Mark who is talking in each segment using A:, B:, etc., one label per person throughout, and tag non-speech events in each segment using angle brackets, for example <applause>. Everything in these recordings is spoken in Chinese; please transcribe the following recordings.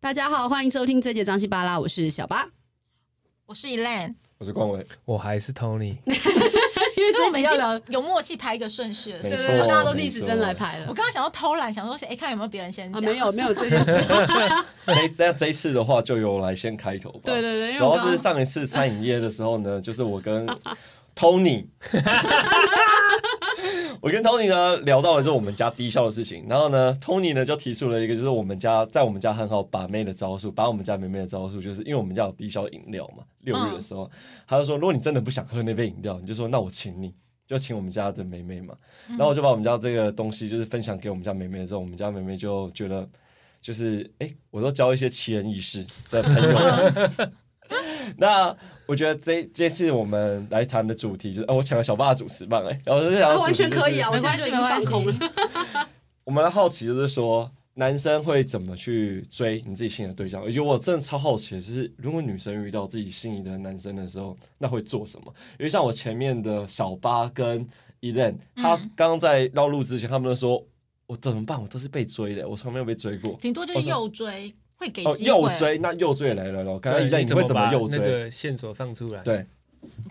A: 大家好，欢迎收听这节张西巴拉，我是小八。
B: 我是 Elan，
C: 我是光伟，
D: 我还是 Tony，
A: 因为
B: 所以
A: 这
B: 我们
A: 集
B: 已
A: 要聊
B: 经，有默契排一个顺序了。
C: 没
B: 是
C: 错
B: 不是
A: 对大家都逆时针来排
B: 我
A: 了
B: 刚刚想要偷懒，想说哎、诶看有没有别人先
A: 啊，
B: 讲、
A: 没有没有这件事，
C: <laughs> 这这这一次的话就由我来先开头吧。
A: 对对对因为
C: 主
A: 我
C: 要
A: 刚
C: 是上一次餐饮业的时候呢， <laughs> 就是我跟 Tony，我跟 Tony 呢聊到了就是我们家低效的事情，然后呢，Tony 呢就提出了一个就是我们家在我们家很好把妹的招数，把我们家妹妹的招数，就是因为我们家有低效饮料嘛，六日的时候，
A: 嗯
C: 他就说如果你真的不想喝那杯饮料，你就说那我请你。就请我们家的妹妹嘛，然后我就把我们家这个东西就是分享给我们家妹妹的时候，我们家妹妹就觉得就是哎、诶我都交一些奇人异事的朋友。 <laughs> 那我觉得这这次我们来谈的主题就是，哦，我抢了小爸的主持棒哎、诶然后这
A: 啊
C: 场
A: 完全可以啊，我
B: 没
A: 现在
B: 关系
A: 就已经放空了
B: 没。
C: 我们好奇就是说，男生会怎么去追你自己心仪的对象？而且我真的超好奇的，就是如果女生遇到自己心仪的男生的时候，那会做什么？因为像我前面的小八跟 Elen，他刚刚在绕路之前，他们都说我怎么办？我都是被追的，我从来没有被追过。
B: 顶多就是
D: 哦
B: 右追，会给
C: 哦，
B: 机会。
C: 右，追，那右追也来了咯。刚刚 Elen
D: 对
C: 你会怎么
D: 把
C: 右
D: 那
C: 追？
D: 个线索放出来，，
C: 对，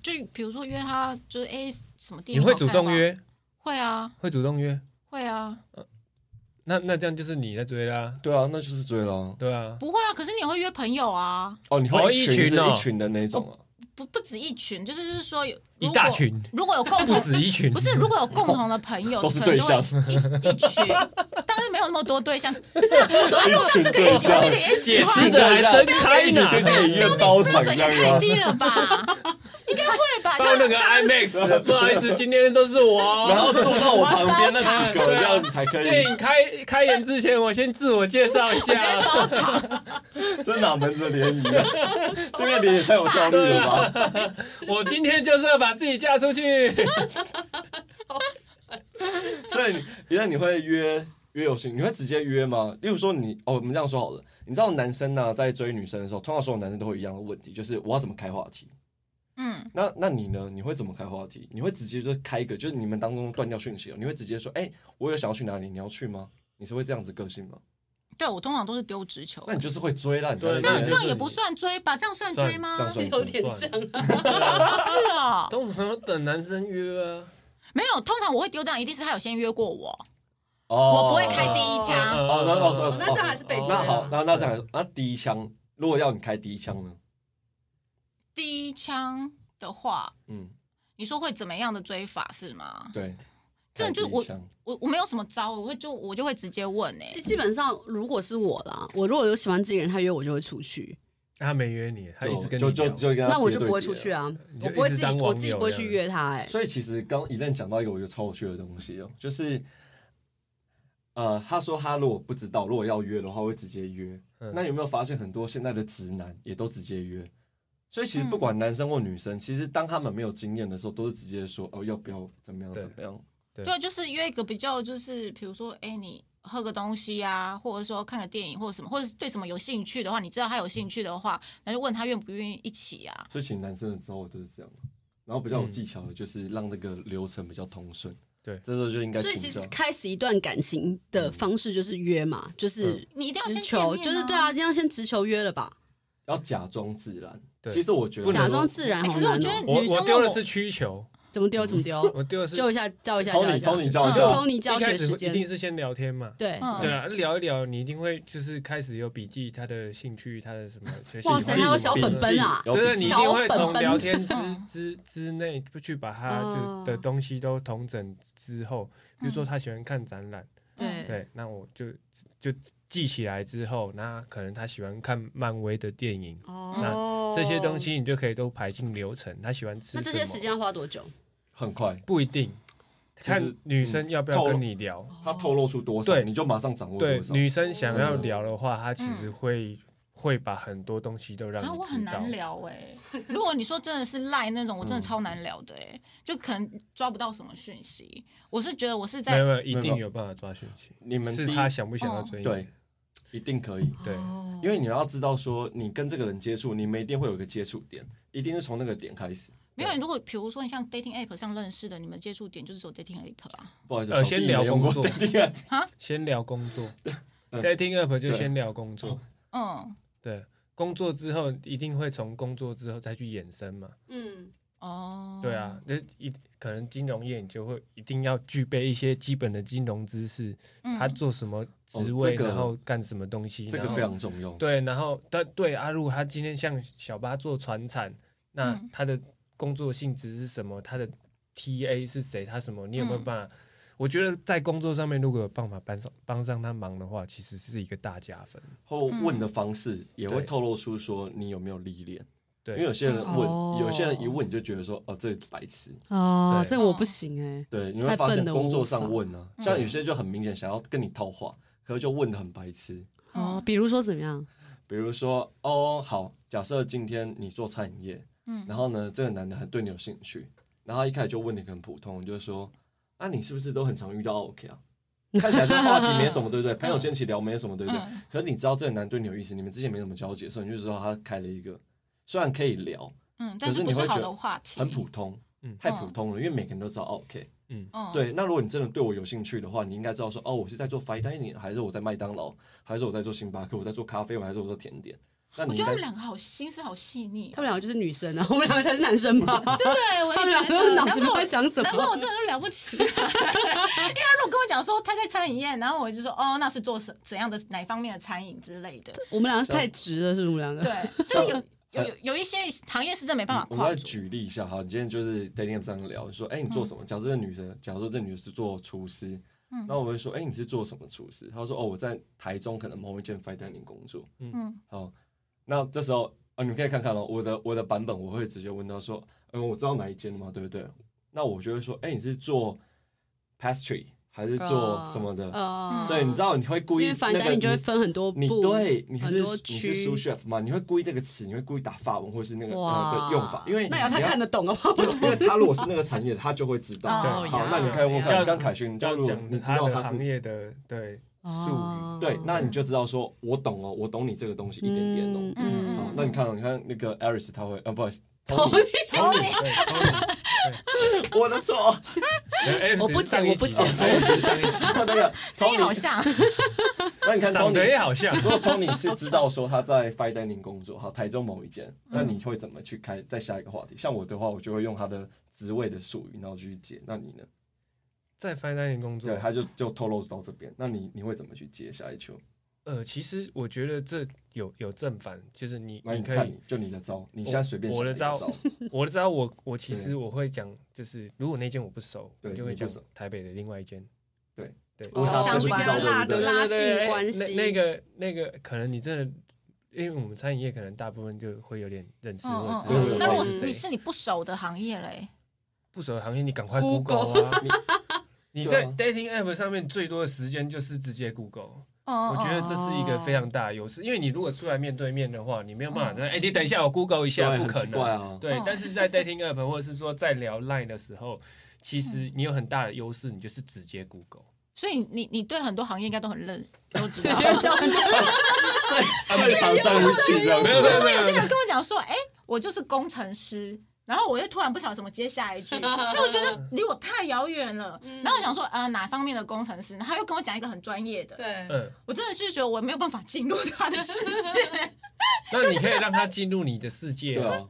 B: 就比如说约他，就是哎、诶什么地
D: 你
B: 方？
D: 会主动？约，
B: 会啊，
D: 会主动约，
B: 会啊，
D: 那那这样就是你在追啦，
C: 对啊，那就是追了。
D: 对啊，
B: 不会啊。可是你也会约朋友啊，
C: 哦，你
D: 哦
C: 会一
D: 一
C: 群
D: 群
C: 是
D: 哦
C: 一群的那种啊？
B: 不不止一群，就是就是说有
D: 一大。群，
B: 如果如果有共
D: 不
B: 同
D: 止一群，
B: 不是，如果有共同的朋友，
C: 都是
B: 可能就会
C: 对
B: 一一群，但是没有那么多对
D: <laughs>
B: 象。不是啊，怎么
C: 一群对象，
D: 解释的还真开
C: 一群
D: 呢，
C: 可以约包场
B: 标
C: 这
B: 准
C: 样
B: 也
C: 啊
B: 太。低了吧？应该会
D: <laughs>
B: 吧？
D: 到那个
B: 大家
D: IMAX，了不好意思，今天都是我，
C: 然后坐到我旁边那几个，
D: 对啊
C: 这样子才可
D: 电
C: 以。
D: 影开开演之前，我先自我介绍一下，
B: 包场，
C: 这哪门子联谊啊？
B: <laughs>
C: 这个联谊太有效率了
B: 啊
C: 吧？
D: 我今天就是要把自己嫁出去，
C: 所以你，那你会约约有性，你会直接约吗？例如说你，哦，我们这样说好了，你知道男生呢、在追女生的时候，通常所有男生都会有一样的问题，就是我要怎么开话题。
B: 嗯，
C: 那那你呢？你会怎么开话题？你会直接就开一个，就是你们当中断掉讯息了，你会直接说，哎、我有想要去哪里，你要去吗？你是会这样子个性吗？
B: 对我通常都是丢直球
C: 那，你就是会追啦，你在那
D: 对
B: 这样
C: 边
B: 这
D: 就是
B: 样也不算追吧？这样算追吗？
C: 这样算
A: 有点像啊，
B: 是哦，
D: 通常都等男生约啊，
B: 没有，通常我会丢这样，一定是他有先约过我，
C: 哦
B: 我不会开第一
D: 呃
B: 枪。
C: 哦那那
A: 哦那这样还是被追
C: 那好
A: 了，
C: 那那这样，那第一枪，如果要你开第一枪呢？
B: 第一枪的话，
C: 嗯，
B: 你说会怎么样的追法是吗？
C: 对，
B: 这就是
C: 开第一枪
B: 我我没有什么招，我会就我就会直接问哎、
A: 其实基本上如果是我啦，我如果有喜欢这个人，他约我就会出去，
D: 他没约你，他一直跟
C: 就
D: 你
C: 就
D: 聊。
C: 就跟他
A: 那我就
C: 对
A: 不会
C: 比
A: 出去
C: 了。
A: 啊，
D: 你就
A: 我不会
D: 一
A: 自
D: 直
A: 己
D: 当
A: 我
D: 网友
A: 自己不会去约他，哎，
C: 所以其实刚一任讲到一个我觉得超有趣的东西哦，就是呃，他说他如果不知道，如果要约的话会直接约。
D: 嗯
C: 那有没有发现很多现在的直男也都直接约？所以其
A: 嗯
C: 实不管男生或女生，其实当他们没有经验的时候，都是直接说哦，要不要怎么样
D: 对
C: 怎么样。
B: 对，就是约一个比较，就是比如说，哎、你喝个东西啊，或者说看个电影，或者什么，或者是对什么有兴趣的话，你知道他有兴趣的话，那就问他愿不愿意一起啊。
C: 所以其实男生的招我就是这样，然后比较有技巧的就是让那个流程比较通顺。
D: 嗯对
C: 这时候就应该啊
A: 所以
C: 请
A: 其实
C: 教
A: 开始一段感情的方式就是约嘛，就是
B: 你一定要
A: 直
B: 先
A: 球，
B: 见面
A: 就是对啊，一定要先直球约了吧，
C: 要假装自然。
D: 对
C: 其实我觉得
D: 不能
A: 假装自然
B: 哎
A: 好
B: 可是我
A: 难
B: 觉得
A: 哦，
D: 我
B: 女生
D: 我
B: 问
D: 丢的
B: 我
D: 是曲球，
A: 怎么丢怎么丢，
D: 我丢的是
A: 教一下教一下教
C: Tony
A: 一下，
C: Tony 教
B: 嗯
C: 教，
A: Tony 教
D: 一
A: 学
D: 开始
A: 时
D: 会一定
A: 间，
D: 是先聊天嘛。
A: 对，
B: 嗯
D: 对啊，聊一聊，你一定会就是开始有笔记，他的兴趣，他的什么学习。
A: 哇塞，
C: 笔记
A: 还有小本本啊，
C: 有
D: 对对，你一
A: 小
D: 定会从
A: 本本
D: 聊
A: <laughs>
D: 天之
B: 嗯
D: 之之内去把他
A: 哦
D: 就的东西都统整之后，比如说他喜欢看展览，
A: 嗯对
D: 对，那我就就记起来之后，那可能他喜欢看漫威的电影，
A: 哦，
D: 这些东。西你就可以都排进流程。他喜欢吃什
A: 那
D: 么？
A: 这些时间要花多久？
C: 很快，
D: 不一定，
C: 其实
D: 看女生要不要跟你聊。
C: 他透露出多少，
D: 对
C: 你就马上掌握
D: 对
C: 多，少。
D: 女生想要聊的话，她其实会会把很多东西都让
B: 然后嗯
D: 你
B: 啊我很
D: 知道
B: 难。聊哎、如果你说真的是赖那种，我真的超难聊的哎、就可能抓不到什么讯息。我是觉得我是
D: 没有
B: 在哦
D: 没有，一
C: 没有
D: 定有办法抓讯息，
C: 你们
D: 是
C: 第一
D: 她想不想要追你。
C: 对，一定可以，
D: 对
A: 哦
C: 因为你要知道说，你跟这个人接触，你们一定会有一个接触点，一定是从那个点开始。
B: 没有。如果比如说你像 dating app 上认识的，你们接触点就是走 dating app 啊。
C: 不好意思，
D: 呃
C: 小弟
D: 先聊
C: 没用过
D: <laughs> 工作
C: dating app
D: 先聊工作
C: <laughs> 嗯
D: ，dating app 就
C: 对 <laughs>
D: 先聊工作，
B: 嗯，
D: 对，工作之后一定会从工作之后再去衍生嘛。
A: 嗯，
B: 哦，
D: 对啊，，那一可能金融业你就会一定要具备一些基本的金融知识，
B: 嗯
D: 他做什么职
C: 哦
D: 位，
C: 这个
D: 然后干什么东西，
C: 这个
D: 然后
C: 非常重要。
D: 对，然后但对啊，如果他今天像小巴做船产，那
B: 嗯
D: 他的工作性质是什么？他的 TA 是谁？他什么？你有没有
B: 嗯
D: 办法？我觉得在工作上面，如果有办法帮上帮上他忙的话，其实是一个大加分。
C: 后
B: 嗯
C: 问的方式也会
D: 对
C: 透露出说你有没有历练，因
D: 嗯对，
C: 为有些人问，
A: 哦
C: 有些人一问你就觉得说哦，这是白痴。
A: 哦，
D: 对
A: 这个我不行哎，
C: 对，你
A: 太
C: 会发现
A: 笨了我
C: 工作
A: 无法
C: 上问呢、啊，
B: 嗯
C: 像有些就很明显想要跟你套话，可是就问的很白痴。
A: 哦，比如说怎么样？
C: 比如说，哦，好，假设今天你做餐饮业，
B: 嗯
C: 然后呢，这个男的很对你有兴趣，然后他一开始就问你很普通，你就说，啊，你是不是都很常遇到 OK 啊？看起来这话题没什么，对
B: <laughs>
C: 不对？朋友间起聊没什么，对不对？
B: 嗯
C: 可是你知道这个男对你有意思，你们之前没怎么交集的时候，你就知道他开了一个，虽然可以聊，
B: 嗯，但
C: 可是
B: 不
C: 你
B: 是
C: 会
B: 好
C: 觉
B: 的
C: 得
B: 话题，
C: 很普通
D: 嗯，
C: 太普通了，因为每个人都知道哦 OK。
B: 嗯，
C: 对，那如果你真的对我有兴趣的话，你应该知道说，哦，我是在做 fine dining，还是我在麦当劳，还是我在做星巴克，我在做咖啡，我还是我做甜点？那
B: 我
C: 你
B: 觉得
C: 应
B: 他
C: 该
B: 们两个好心思好细腻
A: 他
B: 哦，
A: 们两个就是女生啊，我们两个才是男生吧？
B: 对，
A: <laughs>
B: 我
A: 他们
B: 也
A: 两
B: 觉
A: 个
B: 得，
A: 脑
B: 难
A: 子里面
B: 怪我
A: 在想什
B: 难怪
A: 么？
B: 我真的都了不起， <laughs> 因为他如果跟我讲说他在餐饮业，然后我就说哦，那是做什怎样的哪方面的餐饮之类的，
A: 我们两个是太直了，是不是？我们两个
B: 对，就是有有有有一些行业是真的没
A: 啊
B: 办法
C: 呃嗯我们
B: 跨
C: 再
B: 足，
C: 举例一下哈，你今天就是 dating app 上聊，说，哎、你
A: 嗯
C: 做什么？假设这女生，假如说这女的是做厨师，
B: 嗯
C: 那我们会说，哎、你是做什么厨师？她说，哦，我在台中可能某一间 fine dining 工作。
B: 嗯
C: 好，那这时候啊、你们可以看看哦，我的我的版本我会直接问到说，嗯，我知道哪一间嘛，对不对？那我就会说，哎、你是做 pastry 还是做什么的？
A: 哦
C: 对，你知，道你会故
A: 因
C: 意
A: 为反
C: 那
A: 正
C: 个
A: 你就会
C: 你
A: 分很多
C: 你
A: 部，
C: 对你
A: 很
C: 是
A: 多
C: 你是 sous
A: 区。
C: chef 嘛，你会故意这个词，你会故意打法文或是那个
A: 哇
C: 呃的用法，因为
A: 那也要他
C: 你
A: 看得懂啊，
C: 因为因为他如果是那个产业的，他就会知道。
A: 哦
C: 好
A: 呀，
C: 那你看我
D: 要
C: 看，刚凯旋，你就
D: 要
C: 如果
D: 讲
C: 你知
D: 他
C: 道
D: 的
C: 他
D: 行
C: 是
D: 业的
A: <laughs>
D: 对术语，
C: 对，那
A: 嗯
C: 你就知道说，我懂哦，我懂你这个东西一点点哦。
B: 嗯
C: 好，那你看哦，你看那个 Aris 他会，呃，不好意思 <laughs>
D: ，Tony，对 Tony，
C: ，Tony，我的错， <laughs>
D: 对 Alex
A: 我不剪
D: 上一
A: 我不
D: 集
A: 剪
D: ，Alex 上一集
C: 那个
B: 声音好
C: Tony，
B: 像，嗯
C: 那你看
D: 长得
C: Tony，
D: 也好
C: <laughs>
D: 像，
C: 如果 Tony 是知道说他在 Fine Dining 工作，好，台中某一间，那
D: 嗯
C: 你会怎么去开？再下一个话题，像我的话，我就会用他的职位的术语，然后去接。那你呢？
D: 在 fine dining 工作
C: 对，，他就就透露到这边，那你你会怎么去接下一球？
D: 呃，其实我觉得这有有正反，就是你
C: 那
D: 你
C: 你
D: 可
C: 看
D: 以
C: 你就你的招，你现在随便
D: 我
C: 想
D: 的
C: 一个
D: 招 <laughs> 我知道我，我其实
C: 对
D: 我会讲，就是如果那间我不熟，我
C: 对
D: 就
C: 你
D: 会
C: 不
D: 讲
C: 熟
D: 台北的另外一间。
C: 对
D: 对，
A: 哦
C: 因为他
B: 相
C: 不知
B: 关
C: 道
A: 拉
C: 对不对
A: 拉近
D: 对对对
A: 关
D: 那
A: 系
D: 那个那个，可能你真的，因为我们餐饮业可能大部分就会有点认识，
B: 嗯
D: 或
B: 嗯
D: 者
C: 对
D: 是
B: 嗯，那如果
D: 谁
B: 是你
D: 谁
B: 是你不熟的行业嘞，
D: 不熟的行业，你赶快
A: Google
D: Google
C: <laughs>
D: 啊！你你在
C: 对啊
D: dating app 上面最多的时间就是直接 Google，
B: 嗯，
D: 我觉得
B: 嗯
D: 这是一个非常大的优势，因为你如果出来面对面的话，你没有办法说，哎，你等一下，我 Google 一下，
C: 对，
D: 不
C: 很
D: 可
C: 奇
D: 能。
C: 怪啊。
D: 对
B: 嗯，
D: 但是在 dating app 或者是说在聊 line 的时候，其实
B: 嗯
D: 你有很大的优势，你就是直接 Google。
B: 所以你你对很多行业应该都很认，都知
D: <laughs>
B: 道。
C: 最常上是去这样子，
D: 没有没有
B: 所以有些人跟我讲说，哎、我就是工程师，然后我就突然不晓得怎么接下一句，因为我觉得离我太遥远了。然后我想说，呃，哪方面的工程师？然后他又跟我讲一个很专业的，
A: <laughs> 对
D: 嗯，
B: 我真的是觉得我没有办法进入他的世界。
D: 那你可以让他进入你的世界
C: 对啊，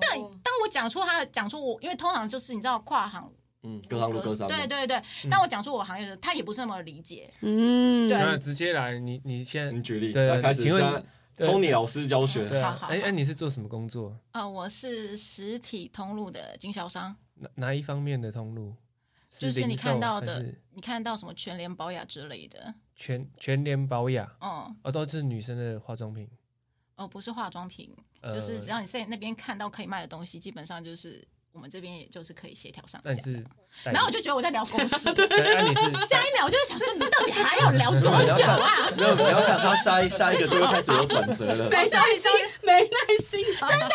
A: 但
B: 当我讲出他的，讲出我，因为通常就是你知道跨行
C: 嗯，隔行如隔山嘛，
B: 对对对。
D: 嗯
B: 当我讲出我行业的，他也不是那么理解。
A: 嗯，
B: 对
D: 那啊直接来，你你先
C: 你举例，
D: 对
C: 来开始。
D: 请问
C: 现在
D: 对
C: Tony 老师教学，
D: 对
B: 好
D: 啊
B: 好，好
D: 哎哎，你是做什么工作？
B: 呃，我是实体通路的经销商，
D: 哪哪一方面的通路？
B: 就是你
D: 零售
B: 看到
D: 还
B: 的
D: 是，
B: 你看到什么全联、保雅之类的，
D: 全全联保养，
B: 嗯。
D: 哦，都是女生的化妆品。
B: 哦，不是化妆品，
D: 呃
B: 就是只要你在那边看到可以卖的东西，基本上就是我们这边也就是可以协调上架
D: 但。是，
B: 然后我就觉得我在聊公
D: <laughs>
B: 司，
D: 对，那
B: <laughs>
D: 你
B: 下
D: 是
B: 一秒我就会想说，你到底还要聊多
C: 你要
B: 久
C: 看
B: 啊？
C: 没有，你要看他下一下一个就会开始有转折
D: <laughs>
C: 了。
A: 没耐心，没耐心，真的。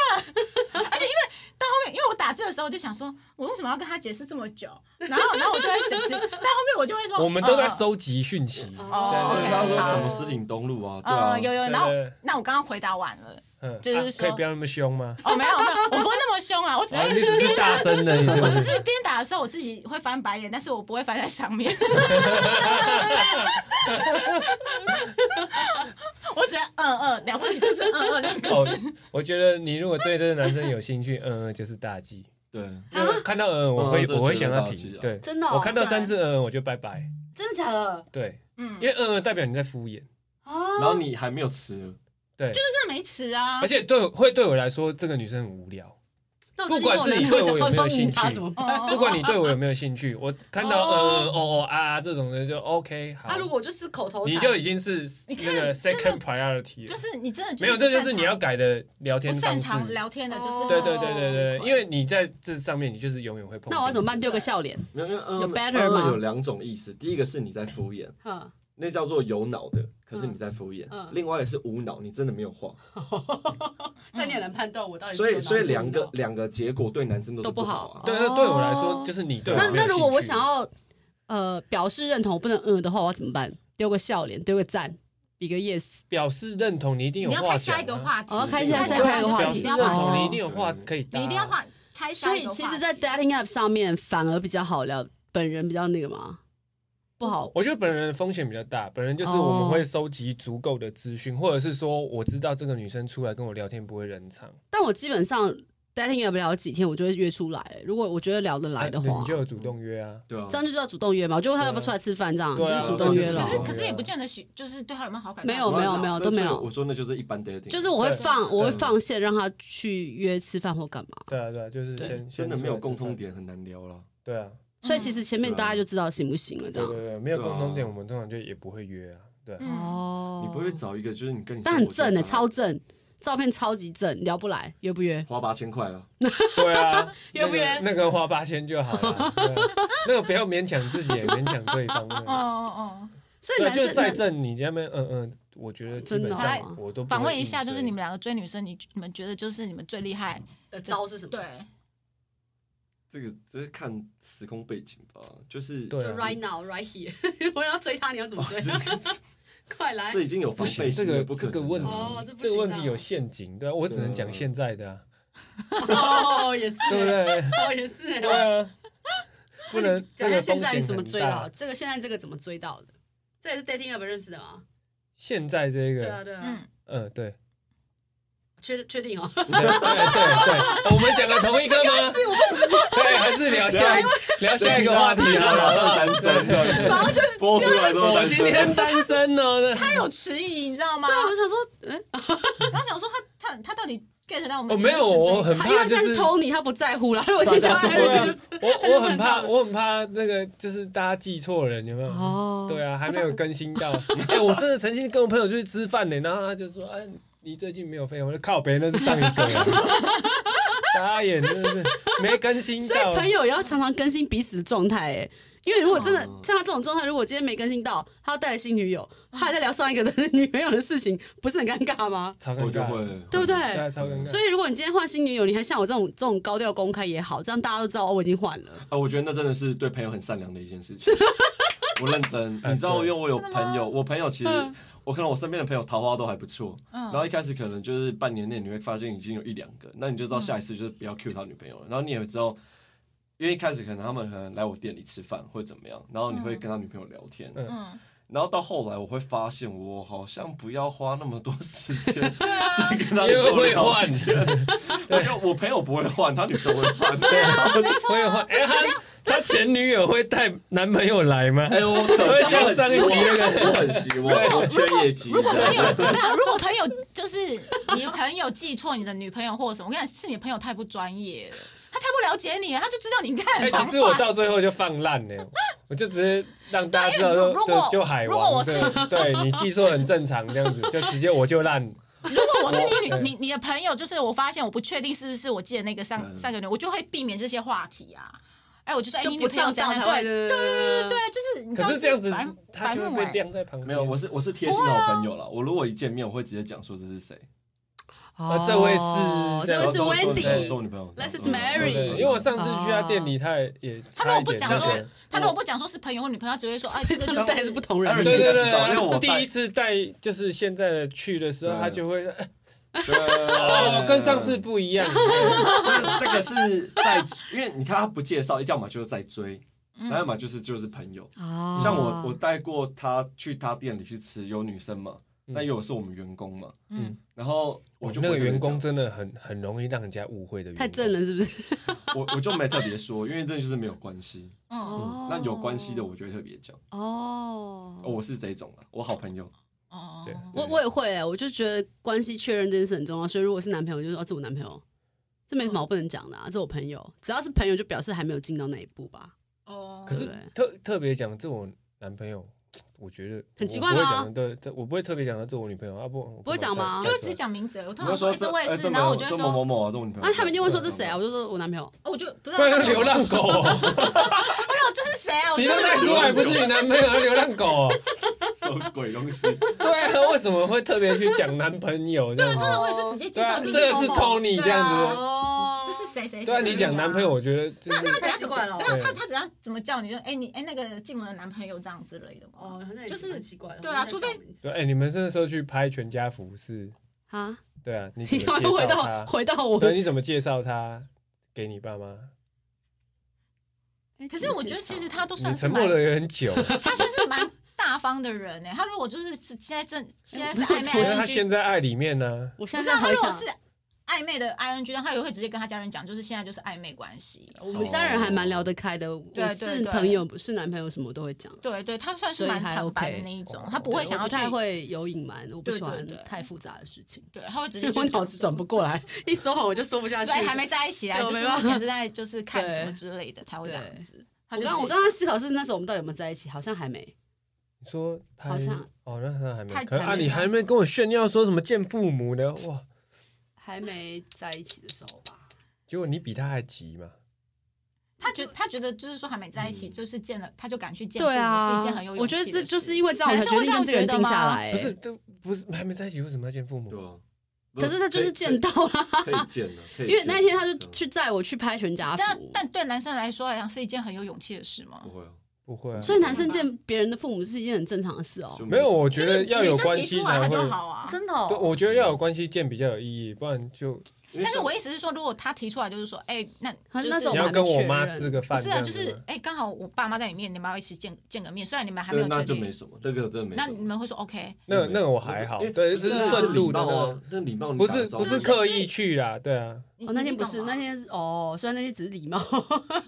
B: 到后面，因为我打字的时候我就想说，我为什么要跟他解释这么久？然后，然后我就会整直，但后面我就会说，
D: 我们都在
B: 呃
D: 收集讯息。
B: 哦
C: 对，
B: OK，
C: 他说
B: 好
C: 什么石顶东路啊？对
B: 呃，有有，
C: 啊，
D: 对
B: 然后
D: 对
B: 那我刚刚回答完了，
D: 嗯，
B: 就是
D: 啊可以
B: 说
D: 不要那么凶
B: <laughs>
D: 吗？
B: 哦，没有没有，我不会那么凶啊，我只
D: 哦，
B: 会
D: 你只是大声的，你是
B: 我
D: 不
B: 只
D: 是？
B: <laughs> 是边打的时候，我自己会翻白眼，但是我不会翻在上面。 <laughs> 我只要嗯嗯了东西就是嗯嗯两个
D: <laughs> 哦，我觉得你如果对这个男生有兴趣， <laughs> 嗯嗯，就是大忌。
C: 对，
B: 啊
D: 就是看到嗯，我会
C: 嗯这
D: 我会
C: 绝
D: 想
C: 对
D: 要
C: 大忌
D: 停
C: 啊。
D: 对，
A: 真的哦、
D: 我看到三次嗯，我就拜拜。
A: 真的假的
D: 对，
B: 嗯，
D: 因为嗯嗯代表你在敷衍。
A: 啊？
C: 然后你还没有吃，
D: 对，
B: 真的没吃啊
D: 而。且对我会对我来说，这个女生很无聊。
A: 那我最
D: 不
A: 近跟我
D: 管是
A: 男
D: 你
A: 朋友
D: 对
A: 讲
D: 我有
A: 话
D: 没有
A: 都
D: 兴
A: 嗯啊
D: 趣
A: 怎么办？
B: 哦
D: 不管你对我有没有兴趣，我看到
B: 哦
D: 嗯嗯哦哦啊啊这种的就 OK 好
A: 啊，，如果我就是口头禅，
D: 你就已经是
B: 你
D: 那
B: 看
D: 个
B: 真的
D: second priority 了
B: 就。是你真的
D: 没有，
B: 不
D: 这就是
B: 擅
D: 你
B: 长
D: 要改的聊天
B: 不
D: 方
B: 擅
D: 式。
B: 长聊天的，就是
D: 对对对对对
A: 哦，
D: 因为你在这上面，你就是永远会碰。
A: 那我要怎么办？丢个笑脸，
C: 没有因为嗯
A: 有
C: 嗯
A: better 吗
C: 有两种意思，第一个是你在敷衍，
A: 哼，
C: 那叫做有脑的，可是你在敷衍；
A: 嗯嗯
C: 另外也是无脑，你真的没有话。
A: 那你也能判断我到底是
C: 所以
A: 有
C: 所以
A: 脑子
C: 两
A: 不
C: 个
A: 脑
C: 两个结果对男生都是
A: 都不
C: 好
A: 好
C: 啊。
D: 对？对，对我来
B: 哦
D: 说，就是你对我
A: 那
D: 没有
A: 那如果
D: 兴
A: 我
D: 趣
A: 想要呃表示认同，我不能嗯的话，我要怎么办？丢个笑脸，丢个赞，比个 yes，
D: 表示认同，你一定有
B: 你要
D: 话
B: 开
D: 讲
B: 下
D: 啊。
B: 一个话题，
A: 哦开
C: 下
B: 你
C: 下一个话
B: 就是
C: 题
D: 表示
B: 你
A: 哦
D: 认
B: 要
D: 同，你
B: 把
D: 一定有话可以搭。
B: 你一定要换开下
A: 所
B: 一
A: 以
B: 个话题。
A: 其实，在 dating app 上面反而比较好聊，本人比较那个嘛，不好
D: 我觉得本人的风险比较大，本人就是我
A: 哦
D: 们会收集足够的资讯，或者是说我知道这个女生出来跟我聊天不会冷场，
A: 但我基本上 dating app 聊几天，我就会约出来。如果我觉得聊得来的
D: 啊
A: 话
D: 你，就有主动约啊。
C: 对啊
A: 这，样就叫主动约嘛。我就问他要不要出来吃饭，这样就
D: 对啊
A: 是主动约了
B: 可。是
D: 对啊
B: 可是也不见得喜，就是对他有没有好感？
A: 没有
B: 大家
A: 哦没
B: 都
A: 有没有
B: 知道
C: 那
A: 都没
C: 所以
A: 有
C: 我说那就是一般 dating，啊
A: 就是我会
D: 对啊
A: 放，
B: 对
A: 我会放线让他去约吃饭或干嘛。
D: 对啊对啊，就是
A: 对
D: 先
C: 真的
D: 先
C: 没有
D: 出来吃
C: 共通
D: 饭。
C: 点，很难聊了。
D: 对啊，
A: 所以其实前面
C: 对啊
A: 大家就知道行不行了，这
D: 对
A: 样
D: 对。对，没有
C: 对啊
D: 共同点，我们通常就也不会约啊。对
A: <laughs>
D: 啊，
B: 嗯，
A: 哦
C: 你不会找一个就是你跟你
A: 但很正
C: 的
A: 的，超正，照片超级正，聊不来，约不约？
C: 花八千块了，
D: 对啊，
A: 约不约
D: 那个那个花八千就好了，对啊那个不要勉强自己，也勉强对方。
B: 哦哦
A: 所以
D: 对啊，
A: 男
D: 就是
A: 生
D: 再
A: 男
D: 正你那边，嗯嗯，我觉得基本
A: 真的
D: 上
A: 哦
D: 我都
B: 哦，
D: 不会
B: 访问一下，
D: 硬追
B: 就是你们两个追女生，你你们觉得就是你们最厉害？
A: 的招是什么？
B: 对，
C: 这个这是看时空背景吧，就是 <laughs>
D: 对
A: 就
D: 啊
A: right now, right here。如 <laughs> 果要追他，你要怎么
C: 哦
A: 追？
C: 是
A: <laughs> 快来
C: 这！已经有
D: 不
C: 防备
D: 行，这
C: 心了，
D: 个
C: 不可
D: 这
C: 能
D: 个问题
A: 哦这，不
D: 这个
A: 行
D: 问
A: 啊
D: 题有陷阱，对啊，我只能
C: 对
D: 讲
C: 啊
D: 现在
A: <laughs>
D: 的啊，
A: 哦，也是，
D: 对不对？
A: 哦，也是欸。
D: 对
A: <laughs>
D: 啊，不能
A: 讲
D: 这
A: 一下
D: 个
A: 现
D: 风
A: 在你
D: 险
A: 怎么
D: 很
A: 追啊
D: 大
A: 到。这个？现在这个怎么追到的？这也是 dating app 认识的吗？
D: 现在这
A: 对啊，
D: 个，
A: 对啊，
B: 嗯，
D: 嗯，对， <laughs>
A: 确确定哦。
D: 对
C: 啊
D: 对 <laughs> 对对，呃我们讲了同一个
A: <laughs>
D: 吗？
A: 是我不知
D: 对，还是聊
A: 啊
D: 下一 <laughs> 聊下一个话题
C: 啊，
D: 好
C: 马
D: 了。哦
C: 上单身 <laughs> 了，
A: 道，就是
C: 播出来都
D: 我
C: 单
D: 今
C: 身。
D: 天单身哦呢，那
B: 他有迟疑，你知道吗
A: 对？啊，我想说，嗯，
B: 他想说他他他到底 get 到我们？
D: 我哦没有，我很
A: 他因为
D: 怕就
A: 现在是
D: 是
A: Tony，他不在乎啦。如果先叫他
C: 大家都
A: Harry，
C: 不
A: 这
D: 啊
C: 在
A: 个
C: 乎
A: 字
D: 我我很怕，我很怕那个就是大家记错人，有没有？
A: 哦，
D: 对啊，还没有更新
B: <laughs>
D: 到。哎、我真的曾经跟我朋友出去吃饭呢，然后他就说：“哎、你最近没有费用？”我说：“靠，别那是上一个。”啊
B: <laughs>
D: 傻眼，真的是没更新
A: 所
D: 到
A: 以。朋友也要常常更新彼此的状态，哎，因为如果真的
C: 哦
A: 像他这种状态，如果今天没更新到，他要带了新女友，他还在聊上一个的 <laughs> 女朋友的事情，不是很尴尬吗？
D: 超
C: 我
D: 尴
C: 就
D: 尬，
C: 会，
A: <laughs> 对不对？
D: 对啊，超尴尬。
A: 所以如果你今天换新女友，你还像我这种这种高调公开也好，这样大家都知道、哦、我已经换了。
C: 啊，我觉得那真的是对朋友很善良的一件事
A: <laughs>
C: 情。我认真，
D: 哎
C: 你知道，因为
D: 对
C: 我有朋友，我朋友其实
A: 嗯
C: 我可能我身边的朋友桃花都还不错，
B: 嗯
C: 然后一开始可能就是半年内你会发现已经有一两个，那你就知
A: 嗯
C: 道下一次就是不要 cue 他女朋友了，然后你也知道。因为一开始可能他们可能来我店里吃饭或者怎么样，然后你会跟他女朋友聊天，
D: 嗯
B: 嗯，
C: 然后到后来我会发现我好像不要花那么多时间在跟他女
D: 因
C: 朋友
D: 为会
C: 聊
D: 换，
C: 我就我朋友不会换，他女朋友会换，然
D: <laughs>
C: 后就
D: 会换。哎、他他前女友会带男朋友来吗？
C: <laughs> 哎，我可惜，我
D: 像上一集那
C: 个，我很希望，我缺业绩。
B: 如果朋
D: <laughs>
B: 友没有，如果朋友就是你朋友记错你的女朋友或什么，我跟你讲，是你朋友太不专业了，他太不了解你了，他就知道你看
D: 哎、
B: 很
D: 其实我到最后就放烂了，我就直接让大家知道
B: 对
D: 说，
B: 哎如果
D: 就就海
B: 如果
D: 王
B: 我
D: 的，对你技术很正常这样子，就直接我就烂。
B: 如果 <laughs> 我是你
D: 我
B: 女你你的朋友，就是我发现我不确定是不是我记得那个上
C: 嗯
B: 上个女，我就会避免这些话题啊。哎，我就说，哎，
A: 就
B: 你女
A: 不
B: 朋友
A: 上
B: 怎
A: 道
B: 样
A: 才
B: 怎
A: 会
B: 样？对
A: 对对对
B: 对，啊就是你知
D: 可
B: 道
D: 是这样子
B: 白，
D: 他就
B: 白目
D: 会被
B: 哎
D: 晾在旁边。
C: 没有，我是我是贴心的好朋友了。我如果一见面，我会直接讲说这是谁，
A: 哦，
D: 这位是
A: 这位是
C: 然后都都都
A: Wendy，
C: 我女朋友。
A: This is
C: 嗯
A: Mary
D: 对对因为我上次去他店里，他也也
B: 他如果
D: 差
C: 哦
D: 一
B: 不
D: 点。
B: 讲
D: 对
B: 说，他如果不讲说是朋友或女朋友，他只会说，哎，
A: 所以
B: 这
A: 啊这
B: 个就
A: 时代
B: 是
A: 是不同
C: 二
A: 人
C: 十
D: 对
C: 岁才
D: 对对，
C: 知道因为我
D: 对
C: 带
D: 第一次带就是现在的去的时候，
C: 对
D: 他就会
C: 对
D: <laughs> 哦，跟上次不一样。
C: 这这个是在，因为你看他不介绍，要么就是在追，然后要么就是就是朋友。
A: 啊
C: 像我我带过他去他店里去吃，有女生嘛，那有是我们员工嘛，
B: 嗯，
C: 然后 <laughs> 我就
D: 嗯哦那
C: 不
D: 个
C: 会特别
D: 员工
C: 讲
D: 真的很很容易让人家误会的员工，
A: 太正了，是不是？
C: 我我就没特别说，因为这就是没有关系。
B: 嗯
A: 哦
C: 那有关系的我就会特别讲，
A: 哦，
C: 哦我是这种啊，我好朋友，
B: 哦，
D: 对
A: 我我也会、欸，我就觉得关系确认这件事很重要，所以如果是男朋友，我就说、哦、这我男朋友，这没什么好不能讲的、啊，这我朋友，只要是朋友就表示还没有进到那一步吧。
B: 哦，
D: 可是
A: 对不
D: 特特别讲这种男朋友，我觉得
A: 很奇
D: 我
A: 怪
D: 不会
A: 吗
D: 讲对，这我不会特别讲到这我女朋友啊，不不
A: 不会讲吗
B: 就会只讲名字，我
C: 你
B: 通
C: 会
B: 常
C: 说
B: 哎这
C: 这
B: 我也
C: 呃
B: 是，
C: 这
B: 然后我
C: 某
B: 就会
C: 这
B: 说
C: 某某某啊，这我女朋友。
A: 那、他们就会说这
C: 对
A: 谁啊？？我就说我男朋友。
B: 哦我就不知
D: 不
B: 道
D: 然
B: 他
D: 就
B: 们
D: 流浪狗
A: <laughs>
D: 哦、
B: 哎呦，这是谁啊？我
D: 你
B: 就
D: 都带出来不是你男朋友，还流浪狗、哦。
C: <laughs> 什么鬼东西？
D: <laughs> 对啊，为什么会特别去讲男朋友这样
B: 通
D: 子？
B: 常我也是直接介绍
D: 对
B: 自己，
D: 啊这个是 Tony
B: 对啊
D: 这样子吗
A: 哦
B: 这是谁谁谁？
D: 对啊，你讲男朋友，，我觉得就是 <laughs>
A: 太奇怪了
B: 对啊，
D: 对
B: 他他怎样怎么叫你就哎你哎那个静雯的男朋友这样之类的嘛。
A: 哦，好像也
B: 就是
A: 蛮奇怪的。
B: 对啊
A: 我不知道
B: 除非
A: 叫名字
D: 对。哎、你们那时候去拍全家福是？
A: 啊，
D: 对啊，你怎
A: 你
D: 么
A: 要 <laughs>
D: 介
A: 回
D: 绍
A: 到
D: 他？
A: 回到我。
D: 对，你怎么介绍他给你爸妈？
A: 哎
B: 可是我觉得其实他都
D: 你
B: 算是
D: 沉默
B: 蛮，
D: 了也很久，
B: <laughs> 他算是蛮大方的人欸呢。他如果就是现在正现在是暧昧
A: 我是
D: 可是他
B: ING，
D: 现在爱里面呢、
A: 我现
B: 不是
A: 在
B: 啊他
A: 回
B: 如果
A: 想，
B: 是暧昧的 ING，那他也会直接跟他家人讲，就是现在就是暧昧关系。
A: 我们家人还
D: 哦
A: 蛮聊得开的。
B: 对
A: 我
B: 对
A: 是
B: 对
A: 朋友，不是男朋友，什么都会讲。
B: 对对，他算是
A: 所以
B: 蛮
A: 还
B: 坦白
A: OK
B: 的那一种
D: 哦，
B: 他不会想要
A: 对我不太
B: 去，
A: 会有隐瞒，我不
B: 对
A: 喜欢
B: 对对
A: 太复杂的事情。
B: 对，他会直
A: 因
B: 接
A: 为 <laughs> 我
B: 就
A: 脑
B: 讲
A: 子转不过来，一说谎我就说不下去。
B: 所以还没在一起啊，
A: 对我
B: 就
A: 没
B: 是
A: 办
B: 目
A: 法
B: 前是在就是看
A: 对
B: 什么之类的，才会这样子。他
A: 我
B: 就
A: 刚
B: 是
A: 我刚刚思考是那时候我们到底有没有在一起，好像还
B: <laughs>
A: 没。
D: 你说拍
A: 好像
D: 哦，那他还没
B: 太，
D: 可啊，
B: 太没
D: 你还没跟我炫耀说什么见父母的哇？
A: 还没在一起的时候吧，
D: 结果你比他还急嘛？
B: 他觉他觉得就是说还没在一起，就是见了他就敢去见父
A: 嗯对
B: 母，
A: 啊
B: 是一件很有，勇
A: 我
B: 气
A: 觉
B: 的事。
A: 得这就是因为这样，我才
B: 男生
A: 决定
B: 会
A: 跟这个人
B: 这样
A: 定
B: 觉得
A: 下
B: 吗
A: 来。
D: 不是，，都不是还没在一起，为什么要见父母？
C: 对啊，
A: 可是他就是见到啦，
C: 可以可以见了，可以
A: <laughs> 因为
C: 见
A: 那天他
C: 对
A: 就
C: 啊
A: 去载我去拍全家
B: 但
A: 福。
B: 但对男生来说来讲是一件很有勇气的事吗
C: 不？会啊，
D: 不会啊，
A: 所以男生见别人的父母是一件很正常的事哦
C: 就。
D: 没有，
C: 什么
D: 我觉得要有关
B: 女
D: 系
B: 生提出来他
D: 才会。
B: 就好啊。
A: 真的
D: 对，
A: 哦，
D: 我觉得要有关系见比较有意义，不然就
C: 因为
B: 但是
C: 像
B: 我意思是说，如果他提出来就是说，哎，那
A: 他
B: 就是
A: 那时候
D: 你
A: 我还
D: 要
A: 没
D: 跟我
A: 确
D: 妈
A: 认
D: 吃个
B: 不
D: 饭
B: 是
D: 这
B: 啊，
D: 样
B: 就
D: 子吗，
B: 是哎，刚好我爸妈在里面，你们要一起见见个面，虽然你们还没
C: 对
B: 有
C: 那
B: 确
C: 就没
B: 定，
C: 什么，那个真的没
B: 那
C: 什
B: 你
C: 么。
B: 们会说 OK，
D: 那
C: 没
D: 那
C: 什
D: 个
C: 么
D: 我还好
C: 因为，
D: 对，
C: 不
D: 是
C: 是
B: 啊
D: 顺路的
C: 礼貌
D: 那
C: 啊，那礼貌
D: 个，
C: 你
D: 不
C: 打
D: 是
C: 招
D: 不
C: 呼
D: 是刻意去啦，对啊，
B: 你
A: 哦，那天不
B: 你
A: 是
B: 懂吗
A: 那天是哦，虽然那天只是礼 <laughs> 貌，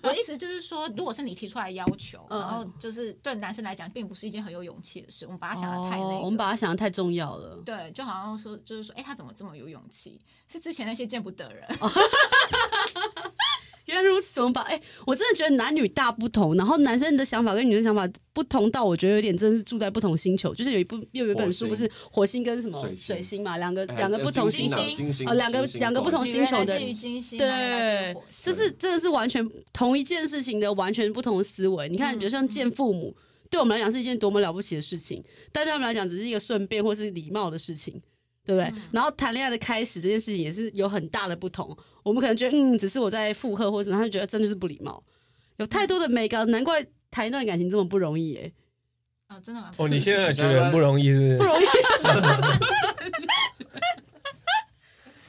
B: 我的意思就是说，如果是你提出来要求，
A: 嗯
B: 然后就是对男生来讲，并不是一件很有勇气的事。我们把他想的太那个，
A: 哦，我们把他想的太重要了。
B: 对，就好像说，就是说，哎、他怎么这么有勇气？是之前那些见不得人，
A: 哦原来如此，我们把哎、我真的觉得男女大不同，然后男生的想法跟女生想法不同到我觉得有点真的是住在不同星球。就是有一部又有一本书不
C: 火
A: 是
C: 星
A: 火星跟什么
C: 水星
A: 水星嘛，两个
C: 哎
A: 两个
C: 呃
A: 不同
C: 金
A: 星球
C: 星啊，
B: 球
C: 金星
A: 哦两个
C: 金星
A: 两个不
B: <laughs>
A: 同星球的
B: 女人来自于金星，男人来
A: 对
B: 自于火，星
A: 这是真的是完全同一件事情的完全不同的思维。你看，
B: 嗯
A: 比如像见父母，对我们来讲是一件多么了不起的事情，但对他们来讲只是一个顺便或是礼貌的事情，对不对？然后谈恋爱的开始这件事情也是有很大的不同。我们可能觉得嗯，只是我在附和或者什么，他就觉得真的是不礼貌，有太多的美感，难怪谈一段感情这么不容易耶、
B: 呃，真的蛮
D: 哦，
B: 是
D: 你现在觉得很不容易是不是？
A: 不 <laughs> 容易。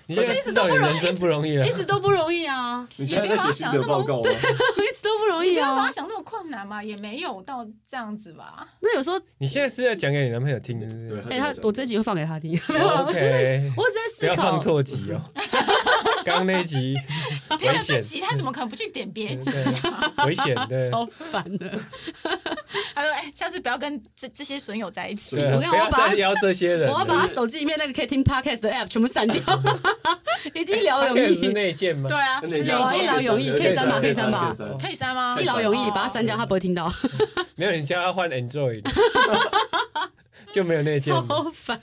D: 你现在知道你人生不容易了
A: 一，直都不容易 <laughs> 啊，
C: 你现在在写心得报告吗？啊
A: 一直都不容
B: 不
A: 易
B: 要把
A: 啊
B: 他。想那么困难嘛，也没有到这样子吧。
A: 那有时候，
D: 你现在是在讲给你男朋友听，是不
C: 对，
D: 是
A: 哎、他我这集会放给他听，没有 <laughs> 啦，我真的，
D: 哦？OK，
A: 我只
D: 不
A: 在
D: 要
A: 思考
D: 放。错集
A: <laughs>
D: 哦，刚那集
B: 听
A: 啊
B: 了这
D: 危险嗯
B: 集，他怎么可能不去点别集？
D: 对危险对。
A: 超烦的。
B: 他说，哎、下次不要跟这这些损友在一起。
C: 对
D: 对
C: 我
D: 啊，
A: 跟
D: 不
A: 我
D: 要
A: 把
D: 再聊这些人
A: 我
D: 了。
A: 要把他手机里面那个可以听 podcast 的 app 全部删掉，一定聊容
D: 这个是
A: 易，
D: 内建吗
B: 对？啊，
C: 那
B: 是
C: 你
A: 一
C: 讲
A: 劳
B: 累积
A: 一劳永逸
C: 对
A: 可以删吧可以删吧
C: 可以
D: 哦
B: 可以删吗？哦
A: 一劳永逸，把他删掉，他不会听到，
D: 没有，你叫他换 Enjoy，就没有内建了。
A: 超烦。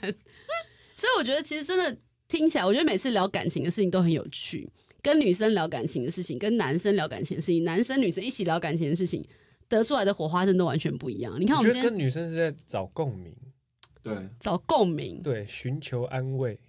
A: 所以我觉得其实真的听起来，我觉得每次聊感情的事情都很有趣，跟女生聊感情的事情，跟男生聊感情的事情，男生女生一起聊感情的事情，得出来的火花真的完全不一样。你看我
D: 我
A: 们
D: 觉
A: 今
D: 得
A: 天
D: 跟女生是在找共鸣，
C: 对，
A: 找共鸣，
D: 对，寻求安慰，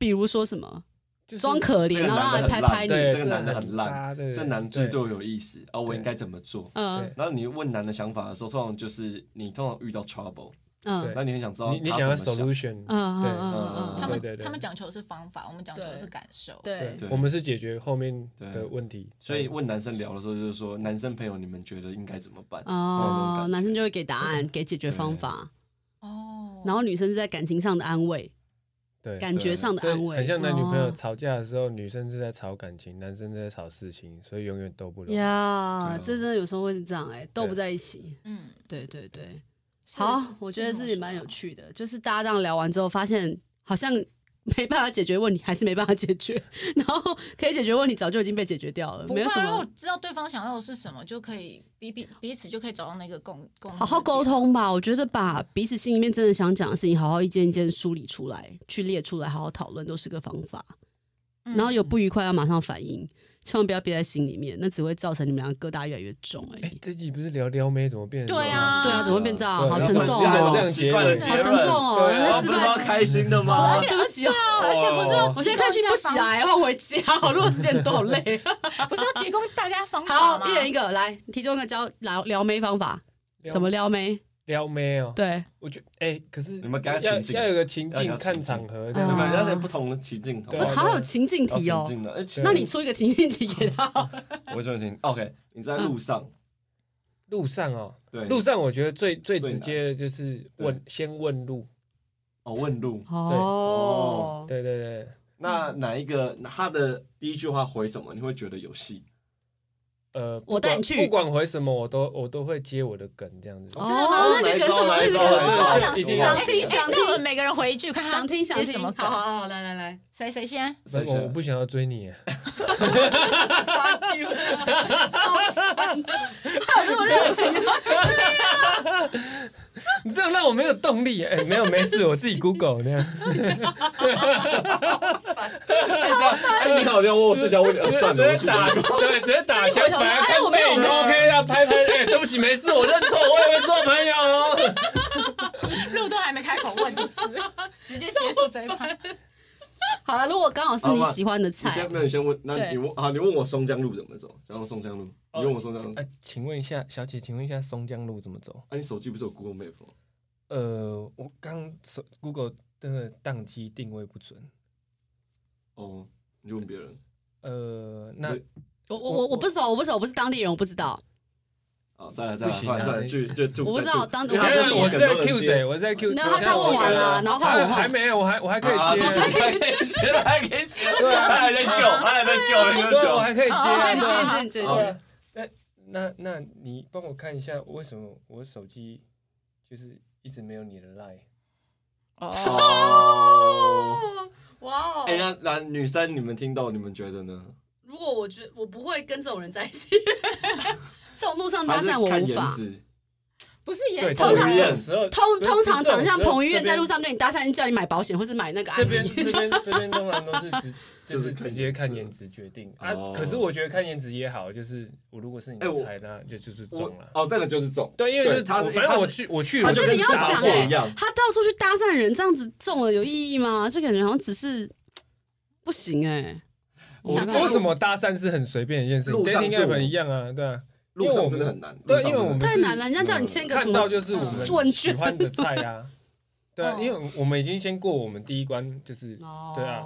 A: 比如说什么
D: 就是
A: 装可
C: 这
A: 怜，
C: 个
A: 然后让
C: 男
A: 他
C: 的
A: 拍拍你，
C: 很烂
D: 对，
C: 这个男的
D: 很
C: 很烂
D: 渣，对，
C: 这男制
D: 对
C: 对我有意思啊，我应该怎么做？
A: 嗯
D: 对
C: 然后你问男的想法的时候，通常就是你通常遇到 trouble，
A: 嗯
D: 对
C: 那你很想知道
D: 你你
C: 他
D: 想要
C: 怎么想
D: solution，
A: 嗯嗯
D: 对
A: 嗯嗯
B: 他
A: 嗯，
B: 们
D: 对对对
B: 他们讲求的是方法，我们讲求的
A: 对
B: 是感受。
A: 对。
C: 对
D: 我们是解决后面的问题，
C: 所以问男生聊的时候，就是说男生朋友你们觉得应该怎么办？
A: 哦，
C: 那种感觉
A: 男生就会给答案，给解决方法。
B: 哦，
A: 然后女生是在感情上的安慰，
D: 对，
A: 感觉上的
D: 所以
A: 安慰，
D: 很像男女朋友
B: 哦
D: 吵架的时候，女生是在吵感情，男生是在吵事情，所以永远斗不拢。
A: 呀
D: 对啊
A: 这真的有时候会是这样哎、都不在一起。
B: 嗯，
A: 对对对，
B: 是
A: 好，我觉得
B: 这么
A: 是蛮
B: 说
A: 有趣的，就是大家这样聊完之后，发现好像没办法解决问题，还是没办法解决， <laughs> 然后可以解决问题早就已经被解决掉了，
B: 不
A: 没有
B: 会
A: 什
B: 啊如果
A: 么
B: 知道对方想要的是什么，就可以彼彼彼此就可以找到那个共共
A: 好好沟
B: 通的
A: 通吧。我觉得把彼此心里面真的想讲的事情，好好一件一件梳理出来，去列出来，好好讨论，都是个方法。
B: 点，嗯
A: 然后有不愉快要马上反应，千万不要憋在心里面，那只会造成你们两个疙瘩越来越重而
D: 哎
A: 已，。
D: 这集不是聊撩妹怎么变成
B: 对
C: 哎
B: 啊
A: 对啊怎么会变这样
D: 对
A: 好
D: 然后
A: 沉重哦
D: 这样这样
C: 奇
D: 结
C: 怪的
D: 论，
C: 结
A: 好
C: 论
A: 沉重哦，
D: 对啊
A: 那
C: 啊
A: 失
C: 不是说
A: 败。
C: 开心的
A: 哦
C: 吗？
A: 对不起哦，
B: 而且不是要
A: 我现在开心不起来，要回家，我录时间都好 <laughs> 累。
B: 不是要提供大家方法
A: 好，
B: 吗？
A: 一人一个来，提供一个教聊撩妹方法，
D: 撩
A: 怎么撩妹？
D: 撩妹哦？
A: 对，
D: 我觉得哎，可是
C: 你们给他
D: 要
C: 情境
D: 要有个情
C: 要有
D: 境，
C: 个
D: 看
C: 情境
D: 场合这
C: 对
D: 样
C: 吧？
A: 啊
C: 而且不同的情境，好不
D: 对
C: 好
D: 啊
A: 好有情境
C: 要
A: 题
C: 情
A: 哦。
C: 境的，哎，其
A: 那你出一个情境题给他。
C: 我喜欢听，OK，你在路上，
D: 路上哦，
C: 对，
D: 嗯路上我觉得最最
C: 最
D: 直
C: 难
D: 接的就是问，先问路。
C: 哦问路，
A: 哦，
D: 对对对，
C: 那
D: 嗯
C: 哪一个他的第一句话回什么？你会觉得有戏？
D: 呃，
A: 我带你
D: 不
A: 去
D: 管不管回什么，我都我都会接我的梗这样子。
A: 哦
B: 真的吗
A: 那你梗什么？
C: 来
A: 那你梗什么
B: 想
C: 一招来一招来一招？
D: 一定
B: 想
D: 要
B: 听
A: 想
B: 想
A: 听
B: 听，那我们每个人回去看他
A: <laughs> 想听想
B: 接
A: 听
B: 什么，
A: 好好
B: 梗？
A: 好好，来来来
B: 谁谁先？
D: 那
C: 谁先
D: 我
C: <laughs>
D: 我不想要追你，
A: <laughs> ，fuck you，超烦 <laughs> 的还有这么热情 <laughs> 啊？
D: <laughs> 你这样让我没有动力。哎，没有没事，我自己 Google 那样。
C: 哎，你好，你好，我是想问你，哦算
D: 直
C: 了，我
D: 接
C: 主
D: 打，
C: 动
D: <laughs> 对，直接打
A: 就一回
D: 先
A: 头
D: 把
A: 说
D: 他
A: 哎我
D: 看
A: 没有
D: 背影
A: 没有
D: OK 啦，拍拍，哎，对不起，没事，我认错，我也会做朋友哦。 <laughs>
B: 路都还没开口问，就是直接结束这一趴。
A: 好了，如果刚好是你喜欢的
C: <laughs> 你
A: 菜
C: 先，没有，你先问，那
A: 对
C: 你问啊，你问我松江路怎么走？然后松江路，
D: 哦
C: 你问我松江路，
D: 哎，请问一下，小姐，请问一下松江路怎么走？
C: 啊，你手机不是有 Google Map 吗？
D: 呃，我刚手 Google 真的宕机定位不准。
C: 哦，你就问别人
D: 呃，那
C: 对
A: 我我我我不熟，我不熟，我不是当地人，我不知道。
C: 啊，再来再来，
D: 不行
C: 换
D: 啊
C: 再来，
D: 你
C: 就就就
A: 我不知道当
D: 因
A: 我
D: 为我是在 Q
C: Q
D: 谁？？我是在 Q。
A: 那他他问完了，然后换
D: 还
A: 我
D: 还
A: 换。
D: 没有，我还我还可以
C: 啊
D: 接，
C: 还可以接，还可以接，
D: 对啊
C: 他还在救，他还在救，那个
D: 对，我
C: 球。
D: 啊还可以接
B: 哦还可
D: 啊。
B: 以
D: 对啊
B: 接
A: 对
C: 好
A: 对，
D: 那那那你帮我看一下，为什么我手机就是一直没有你的 line？
B: 哦，
C: 哦，
A: 哇哦
C: 哎，那那女生你们听到，你们觉得呢？
A: 如果我觉得我不会跟这种人在一起， <laughs> 这种路上搭
C: 还是
A: 讪我
C: 看
A: 无
C: 颜
A: 法。
C: 值？
B: 不是
D: 对，
B: 也
A: 通常
D: 这种时候
A: 通通常长得像彭于晏在路。
D: 不是这种时候
A: 上跟你搭讪，叫你买保险或是买那个
D: 这
A: 安
D: 边
A: 利。
D: 这边这边通常都是直就是直接看颜值决定啊
C: 哦。
D: 可是我觉得看颜值也好，就是我如果是你
C: 哎
D: 的
C: 我
D: 菜，那就就是
C: 我
D: 中了。
C: 哦，那个就是中，
D: 对，因为就是
C: 对他
D: 我
C: 是
D: 反
C: 他
D: 正
C: 是
D: 我去我去，
A: 可
D: 我
A: 是
D: 就跟
A: 你要
D: 傻
A: 想
D: 货
A: 哎
C: 一样，
A: 他到处去搭讪人，这样子中了有意义吗？就感觉好像只是不行哎。
D: 我
A: 想
D: 为什么搭讪是很随便的一件事情
C: 路上
D: ？dating
C: 是
D: app
C: 我
D: 一样啊，对啊，
C: 路上真的很难。
D: 对
C: 路上真的很难嗯
D: 因为我们
A: 太难了？人家叫你签个什
D: 看
A: 么
D: 到就是我
A: 问
D: 们喜
A: 卷？
D: 欢的菜
A: <laughs>
D: 啊，对啊，
B: 哦
D: 因为我们已经先过我们第一关，就是
A: 哦
D: 对啊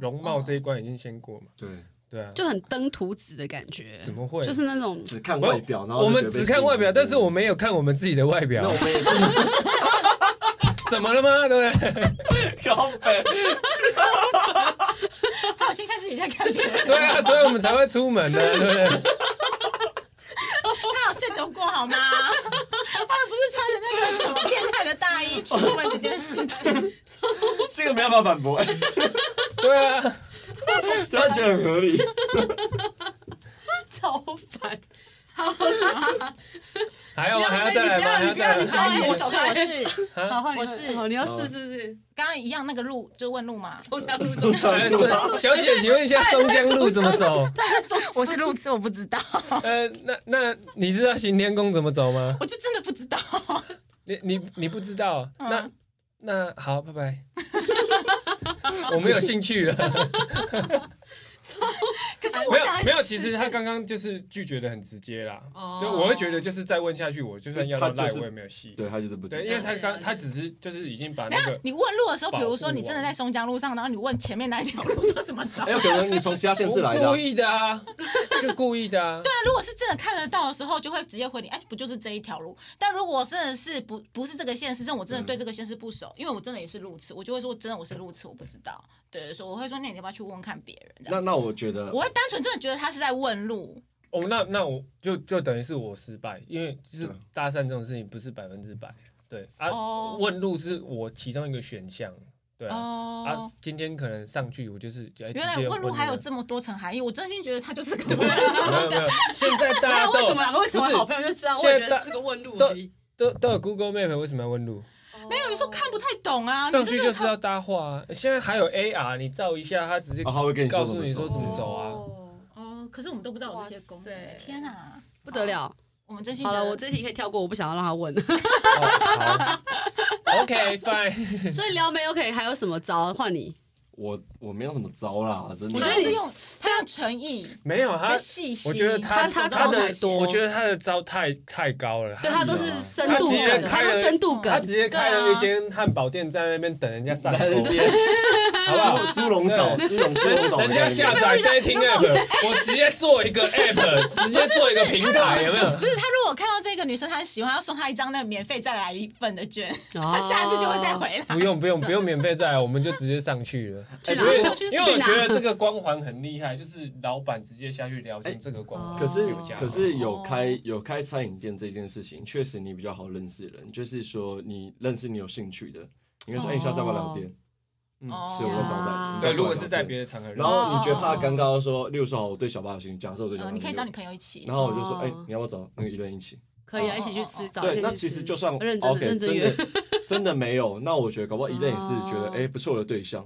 D: 容貌这一关已经先过嘛，
C: 对，
D: 对啊，
A: 就很登徒子的感觉，
D: 怎么会？
A: 就是那种
C: 只看外表，然后
D: 我们
C: 就觉得被
D: 只看外表，
C: 吸引
D: 但是我没有看我们自己的外
C: 那
D: 表
C: 我，们也是
D: <laughs> 怎么了吗？对不对？
C: 高北，
B: 他有先看自己在看别人，
D: 对
A: <laughs>
D: 啊，所以我们才会出门呢，对不对？
B: 他有 set 都过好吗？他又不是穿着那个什么变态的大衣去问这件事情，
C: 这个没办法反驳， <laughs>
D: 对啊，
C: 突然觉得很合理。
A: 超烦。
D: 还要吗？还要再来吗？还
B: <laughs>
D: 要再来
A: 你不要
D: 吗？
A: 你不要
B: 我
A: 你
B: 是
A: 不要
B: 我 <laughs> 是，
A: 好，换你
B: 我
A: 问
B: 是
A: 好，你要
C: 好
D: 哦
A: 试是不是？
B: 刚刚一样那个路就问路嘛，
A: 松江路松江
D: 哎是小姐，请问一
A: <laughs>
D: 下松江路怎么走？
B: 我是路痴，我不知道，
D: 呃，那那你知道行天宫怎么走吗？
B: <laughs> 我就真的不知道。
D: 你你你不知道，
B: 嗯
D: 那那好，
B: <laughs>
D: 拜拜。我没有兴趣了，
B: 可是 <laughs> 我
D: 没有
B: 讲还是
D: 没有，其实他
B: 是
D: 刚刚就是拒绝的很直接啦。
E: 哦
D: 对，我会觉得就是再问下去，我就算要到
C: 他就
D: 赖，
C: 是
D: 我也没有戏。
C: 对他就是不知
D: 对，因
C: 道
D: 为他
E: 了
D: 刚
E: 解
D: 他只是就是已经把
B: 等
D: 那
B: 一下
C: <laughs>
D: 个，
B: 你问路的时候，比如说你
D: 保护啊
B: 真的在松江路上，然后你问前面那一条路说怎么
D: <laughs>
B: 走，
C: 哎，有可能你从其他县市来的
D: 我
C: 啊
D: 故，意
B: <laughs>
D: 的啊，就故意的啊。
B: 那如果是真的看得到的时候，就会直接回你，哎，不就是这一条路？但如果真的是不不是这个县市，但我真的对这个县市不熟，因为我真的也是路痴，我就会说真的我是路痴，我不知道。对，所以我会说那你要不要去问问看别人？这
C: 那
B: 样子
C: 那我觉得
B: 我会单纯真的觉得他是在问路，
D: 哦，那那我就就等于是我失败，因为就是
C: 对啊
D: 搭讪这种事情不是百分之百。对啊，
B: 哦
D: 问路是我其中一个选项。对啊，啊
B: 哦，，
D: 今天可能上去我就是哎
B: 原来
D: 直接
B: 问路
D: 问
B: 还有
D: 人
B: 这么多层含义，我真心觉得他就是个问路。
D: 没有
A: <laughs>
D: 没有，现在大家
A: 那
D: 都
A: 啊为什么两个为什么
D: 不是
A: 好朋友就这样？
D: 现
A: 我也
D: 在
A: 觉得
D: 大
A: 是个问路
D: 都
A: 而已。哦
D: 都都有 Google Map，为什么要问路？
B: 没有，有时候看不太懂啊，
D: 上
B: 你
D: 去
B: 真
D: 就
B: 的
D: 是
B: 看
D: 要搭话啊。现在还有 AR，你照一下，它直接 <laughs>
C: 啊他会跟你
D: 告
C: 说
D: 诉你说
C: 怎
D: 怎
C: 么
D: 么
C: 走
D: 走啊。
E: 哦
B: 哦，可是我们都不知道有这些功
E: 哇塞
B: 能，天哪，
A: 不得了！
B: 我们真心
A: 好了，
B: 觉得
A: 我这题可以跳过，我不想要让他
D: <laughs>
A: 问。
C: 哦好，
D: OK fine，
A: 所以撩妹 OK 还有什么招？换你，
C: 我我没有什么招啦，真的。
A: 我觉
B: 他
A: 得
B: 是
A: 你
B: 用他用诚意
D: <laughs> 没有他
B: 跟，细心，
D: 我觉得他
A: 他
B: 怎
A: 他招
B: 么这么
A: 才
B: 细
A: 多
D: 我觉得他的招太太高了。
A: 对他都是深度
D: 啊他直接
A: 梗，他
D: 开了
A: 都深度
D: 他
A: 梗
D: 直，接开了一间汉堡店，在那边等人家上
C: 来
D: 钩，
C: <laughs>
D: 好不好？
C: 猪笼
D: 嫂
C: 嫂，猪笼猪笼嫂 <laughs> 的
D: 人家
C: 概念
A: <laughs>
D: 下载在听 app，我直接做一个 app，直接做一个平台，有没有？
B: 不是他如果看到这个女生他很喜欢，要送她一张那个免费再来一份的券，
A: 他
B: <laughs> 他下次就会再。回来。
D: <laughs> 不用不用不用免费再来，我们就直接上去
A: <laughs>
D: 了。
A: 去
D: 哎
A: 哪
D: 因为
A: 去
D: 因为我
A: 哪
D: 觉得这个光环很厉害，就是老板直接下去聊清这个光环。
A: 哎
C: 可是
A: 哦
C: 可是有开有开餐饮店这件事情，确实你比较好认识人，就是说你认识你有兴趣的，你跟说哎，你下次要不要聊天？嗯，
B: 哦
C: 吃我在招待你。
D: 对，
A: 对
D: 如果是在
C: 人，
D: 别的场合认识，
C: 然后你觉得怕尴尬，说，例如说好哦我对小巴有兴趣，假设我对小
B: 呃，
C: 巴有
B: 你
C: 兴趣，
B: 可以找你朋友一起
C: 然。后我就说
A: 哦
C: 哎，你要不要找那个一人一起？
A: 可以
D: 哦
A: 啊，一起去吃早
C: 对，
A: 点
C: 那
A: 去
C: 其实
A: 吃
C: 就算
A: 认真
C: OK，
A: 的认真
C: 真
A: 约
C: 的真的没有，那我觉得搞不好一类也是觉得
A: 哦
C: 哎不错的对象，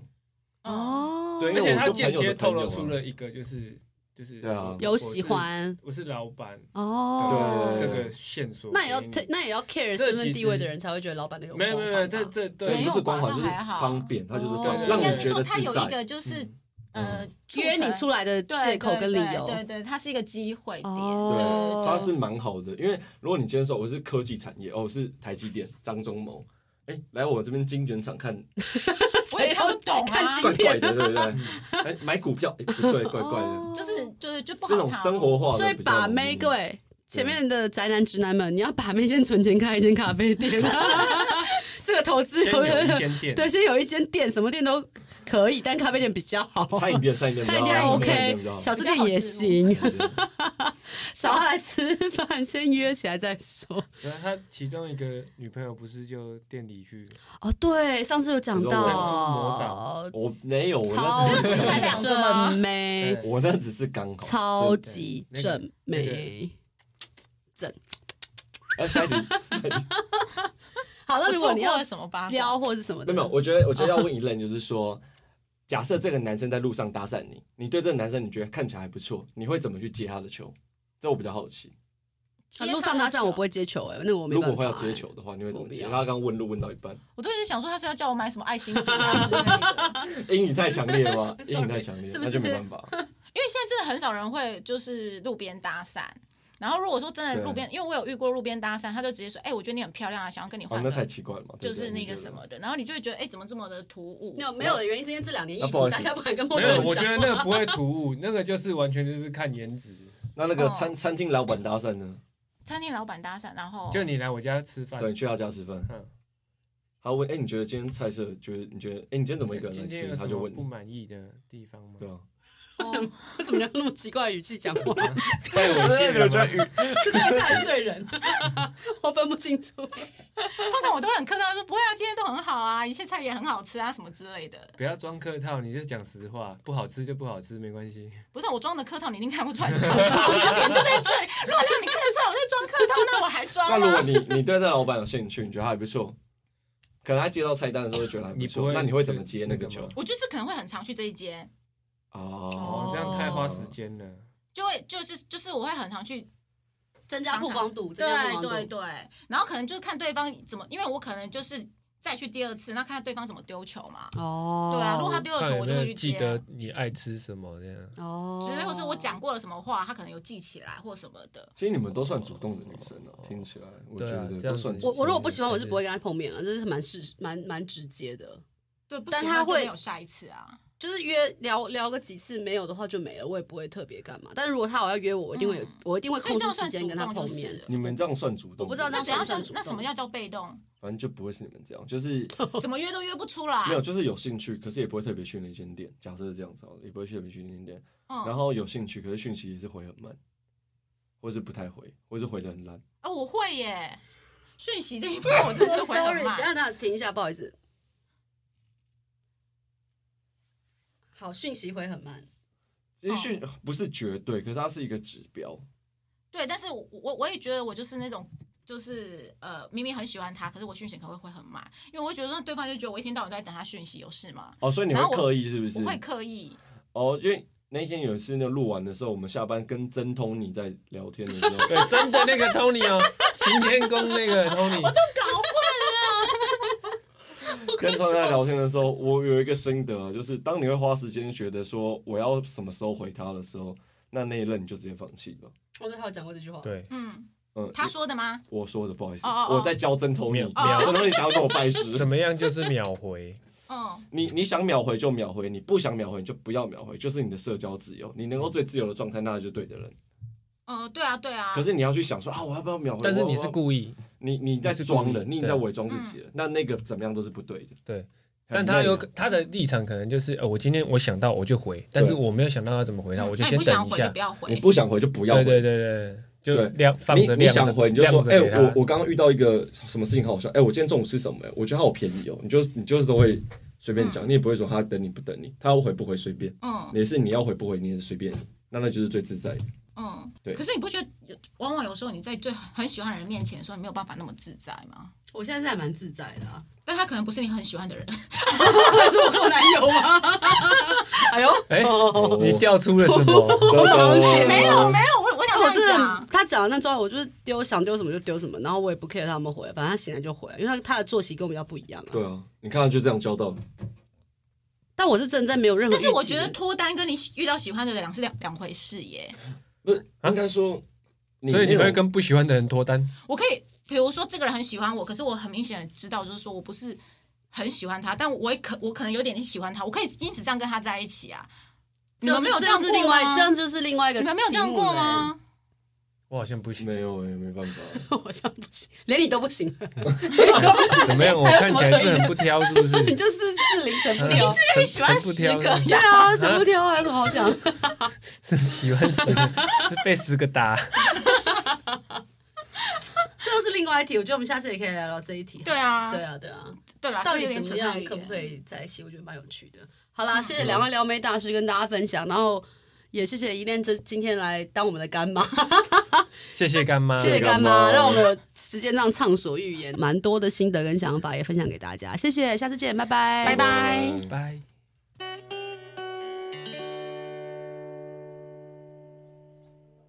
B: 哦，
A: 哦
C: 对因
D: 而
C: 为
D: 且
C: 我
D: 他
C: 就
D: 间
C: 朋友
D: 接
C: 的
D: 透
C: 朋
D: 露
C: 友
D: 出
C: 啊
D: 了一个，就是就是
C: 对啊
A: 有喜，欢
D: 我是我是老板
A: 哦，
D: 这个线索给你，
A: 那也要特那也要 care
D: 这
A: 身份
D: 其
A: 地
D: 实
A: 位的人才会觉得老板的有
D: 没有
A: 光
D: 没有
A: 环
D: 没有，
A: 吧
D: 这
B: 没
D: 这对
C: 哎不
B: 有
C: 是
B: 吧
C: 光环，就
B: 那还
C: 是
B: 好
C: 方便，它就是
A: 哦
C: 方
B: 应
C: 让
B: 该
C: 你
B: 是
C: 觉
B: 说
C: 得
B: 他
C: 自
B: 有一
C: 在。
B: 个就是
C: 嗯
B: 呃
A: 约你出来的
B: 对
A: 借口跟理由
B: 对对对，它是一个机会点。
A: 哦，
C: 它是蛮好的，因为如果你今天说我是科技产业，哦，我是台积电张忠谋，哎，来我这边精选厂看，
B: 我也看不懂
A: 看
B: 啊
A: 清，
C: 怪怪的，对不对？
A: <laughs>
C: 哎，买股票，哎，不对，
A: 哦
C: 怪怪的，
D: 哦
B: 就是就是就不好
C: 这种
B: 踏入
C: 生活化的比较
A: 所
C: 容
A: 以
C: 易，
A: 把妹，各位前面的宅男直男们，你要把妹先存钱开一间咖啡店，
C: <laughs>
A: 这个投资
D: 先有一间店，
A: <laughs> 对，先有一间店，什么店都可以，但咖啡店比较好。
C: 餐饮店，餐饮店比
A: 餐
C: 较
A: 饮
C: 好，
A: 店
C: 餐
A: OK，
C: 饮比较好
A: 小吃店也行，
C: 对对对
A: 小孩来吃饭先约起来再说。
D: 然后他其中一个女朋友不是就店里去，
A: 哦，对，上次有讲
C: 你说我
A: 到，
C: 我没有，我
A: 超
C: 那只
A: 级
C: 是
B: 才两个吗
A: 正妹，
D: 对
C: 我那只是刚好，
A: 超
C: 真的
A: 级
D: 那个
A: 正
D: 那个
A: 妹。
C: 哎，下一题，
A: 好，那如果你
B: 我错过
A: 要
B: 了什么八卦
A: 撩或是什么
C: 没
A: 的，
C: 有没有，我觉得我觉得要问一类就是说，假设这个男生在路上搭讪你，你对这个男生你觉得看起来还不错，你会怎么去接他的球？这我比较好奇。
A: 啊路上搭讪我不会接球哎，那个我没
C: 如
A: 办法。
C: 果会要接球的话，你会怎么接？
A: 我不要
C: 他刚刚问路问到一半，
B: 我都一直想说他是要叫我买什么爱心笔啊之类的，
C: 阴影太强烈
A: <laughs>
C: 了吗？
A: Sorry，
C: 阴影太强烈，
A: 是不
C: 那
A: 是
C: 就没办法。
B: 因为现在真的很少人会就是路边搭讪。然后如果说真的
C: 对啊
B: 路边，因为我有遇过路边搭讪，他就直接说，哎、我觉得你很漂亮啊，想要跟你
C: 哦
B: 换，
C: 那
B: 个，
C: 太奇怪了
A: <laughs>
C: 嘛。对
B: 就
C: 不对
B: 是那个
C: 你觉
B: 什
C: 得
B: 么的，然后你就会觉得，哎、怎么这么的突兀
A: 没？有没有的原因是因为这两年疫
C: 那不好
A: 情，
C: 意思
A: 大家不敢跟陌
D: 没
A: 生
D: 有，
A: 人
D: 我觉
A: 讲
D: 得
A: 话。
D: 那个不会突兀，那个就是完全就是看颜值。
C: 那那个
B: 哦
C: 餐餐厅老板搭讪呢？
B: 餐厅老板搭讪，然后
D: 就你来我家吃 <laughs> 饭，
C: 对，你去他家吃饭
D: 嗯，
C: 他问，哎，你觉得今天菜色，觉得你觉得，哎，你今天怎么一个人来
D: 今天
C: 吃？
D: 有
C: 他
D: 什
C: 就
D: 么
C: 问
D: 不
C: 你，
D: 满意的地方吗
C: 对？啊，
B: 哦
A: <laughs> 为什么你要那么奇怪的语气讲话？
D: 太猥亵了吧。
A: 是对事还是对人？ <laughs> 我分不清楚。
B: 通常我都很客套说，不会啊，今天都很好啊，一切菜也很好吃啊，什么之类的。
D: 不要装客套，你就讲实话，不好吃就不好吃，没关系。
B: 不是我装的客套，你一定看不出来是客套，我的点就在这里。如果让你看得出来我在装客套，那我还
C: 那
B: 装
C: 如
B: 吗
C: 果？你你对这老板有兴趣，你觉得他还不错，可能他接到菜单的时候就觉得还不
D: 你不
C: 错，
D: 会
C: 那你会怎么接那个
D: 那
C: 球
D: 个吗？
B: 我就是可能会很常去这一间，
D: 哦
C: 哦，，
D: 这样太花时间了。
B: 就会就是就是我会很常去
A: 增加曝光度，增加曝
B: 对
A: 光
B: 对
A: 度。
B: 对，然后可能就是看对方怎么，因为我可能就是再去第二次，那看看对方怎么丢球嘛。
A: 哦，
B: 对啊，如果他丢了
D: 看
B: 球，
D: 有
B: 我
D: 没
B: 就会
D: 有
B: 去
D: 记
B: 接。啊
D: 得你爱吃什么这样。
A: 哦，
B: 只是或是我讲过了什么话，他可能有记起来或什么的。
C: 其实你们都算主动的女生了，听起来我觉
D: 对啊
C: 得
D: 这
C: 都
D: 样
C: 算
D: 子
A: 我
C: 主动。
A: 我如果不喜欢，我是不会跟他碰面了，啊这是蛮是蛮蛮直接的。
B: 对，不
A: 但
B: 行
A: 他
B: 那就
A: 会
B: 没有下一次啊。
A: 就是约聊聊个几次，没有的话就没了，我也不会特别干嘛。但如果他有要约我，我一定会有，
B: 嗯
A: 我一定会
B: 所以
A: 空
B: 这
A: 出
B: 样
A: 时
B: 算主
A: 间跟他
B: 动
A: 碰
B: 就是
A: 面。
B: 了。
C: 你们这样算主
A: 我
C: 动，
A: 不知道这
B: 那
A: 样
B: 怎样
A: 算
B: 算
A: 主？动
B: 那什么叫叫被动？
C: 反正就不会是你们这样，就是
B: 怎么约都约不出来。
C: 没有，就是有兴趣，可是也不会特别去那间店。假设是这样子好了，也不会去特别去那间店。
B: 嗯，
C: 然后有兴趣，可是讯息也是回很慢，或是不太回，或是回的很烂。
B: 啊，我会耶。讯息 <laughs> 这一块我真的是回很
A: Sorry，等一下等
B: 慢。
A: 一下停一下，不好意思。好，讯息回很慢，
C: 其实
B: 哦
C: 讯不是绝对，可是它是一个指标。
B: 对，但是我我我也觉得我就是那种。就是呃，明明很喜欢他，可是我讯息可能会会很慢，因为我会觉得说对方就觉得我一天到晚都在等他讯息，有事吗？
C: 哦，所以你
B: 然后
C: 会
B: 我
C: 刻意是不是
B: 我？会刻意，
C: 哦，因为那天有一次那录完的时候，我们下班跟曾通你在聊天的时
B: <laughs>
C: 候，
D: 对，真的那个 Tony 哦， <laughs> 行天宫那个 Tony，
B: <laughs>
C: 跟常在聊天的时候，我有一个心得啊，就是当你会花时间觉得说我要什么时候回他的时候，那那一任你就直接放弃了。
A: 我对他有讲过这句话。
D: 对，
B: 嗯，
C: 嗯，
B: 他说的吗？
C: 我说的不好意思，
B: 哦哦哦
C: 我在教曾通你，
D: 秒
B: <laughs>
D: 秒
C: 曾通你想要跟我拜师，
D: 怎么样就是秒回，
B: 嗯，
C: 你你想秒回就秒回，你不想秒回你就不要秒回，就是你的社交自由，你能够最自由的状态，那就是对的人。
B: 呃，对啊，对啊。
C: 可是你要去想说啊， <laughs> 我要不要秒回？
D: 但是你
C: 我
D: 是
C: 要不要
D: 故意，
C: 你你在
D: 你是
C: 装
D: 故意
C: 人，你已经
D: 对
C: 在伪装自己
B: 嗯
C: 了，那那个怎么样都是不对的。
D: 对，
C: 很
D: 但他
C: 累
D: 有
C: 的
D: 他的立场可能就是，呃，我今天我想到我就回，但是我没有想到要怎么回他，
B: 嗯
D: 我就
B: 那你不
D: 先
B: 想
D: 等一
B: 回就
D: 下
B: 不，要
C: 你
B: 回。
C: 不想回就不要回。
D: 对对对对，就
C: 对
D: 亮放着
C: 你你
D: 亮着，
C: 想回你就说，哎、
D: 亮着给他
C: 我我刚刚遇到一个什么事情好好笑，哎、我今天中午吃什么、我觉得它好便宜哦、你就你就是都会随便讲，你也不会说他等你不等你，他要回不回随便，
B: 嗯
C: 也是你要回不回你也是随便你，那那就是最自在的。
B: 嗯。
C: 对
B: 可是你不觉得有，往往有时候你在最很喜欢的人面前的时候，你没有办法那么自在吗？
A: 我现在是还蛮自在的、啊， <laughs>
B: 但他可能不是你很喜欢的人。
A: 是我跟我男友吗？ <laughs> 哎呦，
D: 哎
A: 哦
C: 我
D: 你调出了
C: <laughs>
D: 什么？
B: 没有没有，我我想
A: 哎我
B: 跟
A: 真
B: 你
A: 的
B: 讲，，
A: 他讲的那招，我就是丢想丢什么就丢什么，然后我也不 care 他们回，反正他醒来就回，因为他他的作息跟我比较不一样啊。
C: 对啊，你看他就这样教到你，
A: 但我是真的在没有任何
B: 但
A: 预期
B: 是
A: 的，
B: 我觉得脱单跟你遇到喜欢的人是两两回事耶。
C: 不是、
D: 啊
C: 应该说，
D: 所以你
C: 那
D: 会
C: 种
D: 跟不喜欢的人脱单，
B: 我可以，比如说这个人很喜欢我，可是我很明显知道，就是说我不是很喜欢他，但我也可我可能有点喜欢他，我可以因此这样跟他在一起啊。你
A: 就
B: 们
A: 是
B: 没有
A: 这
B: 样
A: 是
B: 过
A: 另外，
B: 吗
A: 这样就是另外一个，
B: 你们没有这样过？吗？
D: 我好像不行，
C: 没有哎、没办法，
A: 欸 <laughs> 我像不行，连你都不行，
D: <laughs> 怎么样？我
A: 还有什
D: 看
A: 么
D: 起来是很不挑，是不是？
A: 你就是是凌晨不
D: 你一
A: 挑。
D: 次
B: 可以喜欢十
D: 不挑
B: 个，
A: 对啊，什么不挑啊，有什么好
B: <laughs>
A: 讲？
D: 是喜欢十个，是被十个打。
A: 这又是另外一题，我觉得我们下次也可以聊聊这一题。
B: 对啊，
A: 对啊，对啊，
B: 对啦，
A: 到
B: 这
A: 底
B: 有点
A: 怎么
B: 扯太
A: 样，
B: 远
A: 可不可？以在一嗯起？我觉得蛮有趣的。好啦，谢谢两位撩妹大师跟大家分享，然后也谢谢依恋这今天来当我们的干妈。
D: 谢谢哎干妈，
A: 谢谢干
C: 干
A: 妈，
C: 妈
A: 让我们有时间让畅所欲言，蛮多的心得跟想法也分享给大家。谢谢，下次见，拜拜，
B: 拜拜。
D: 拜。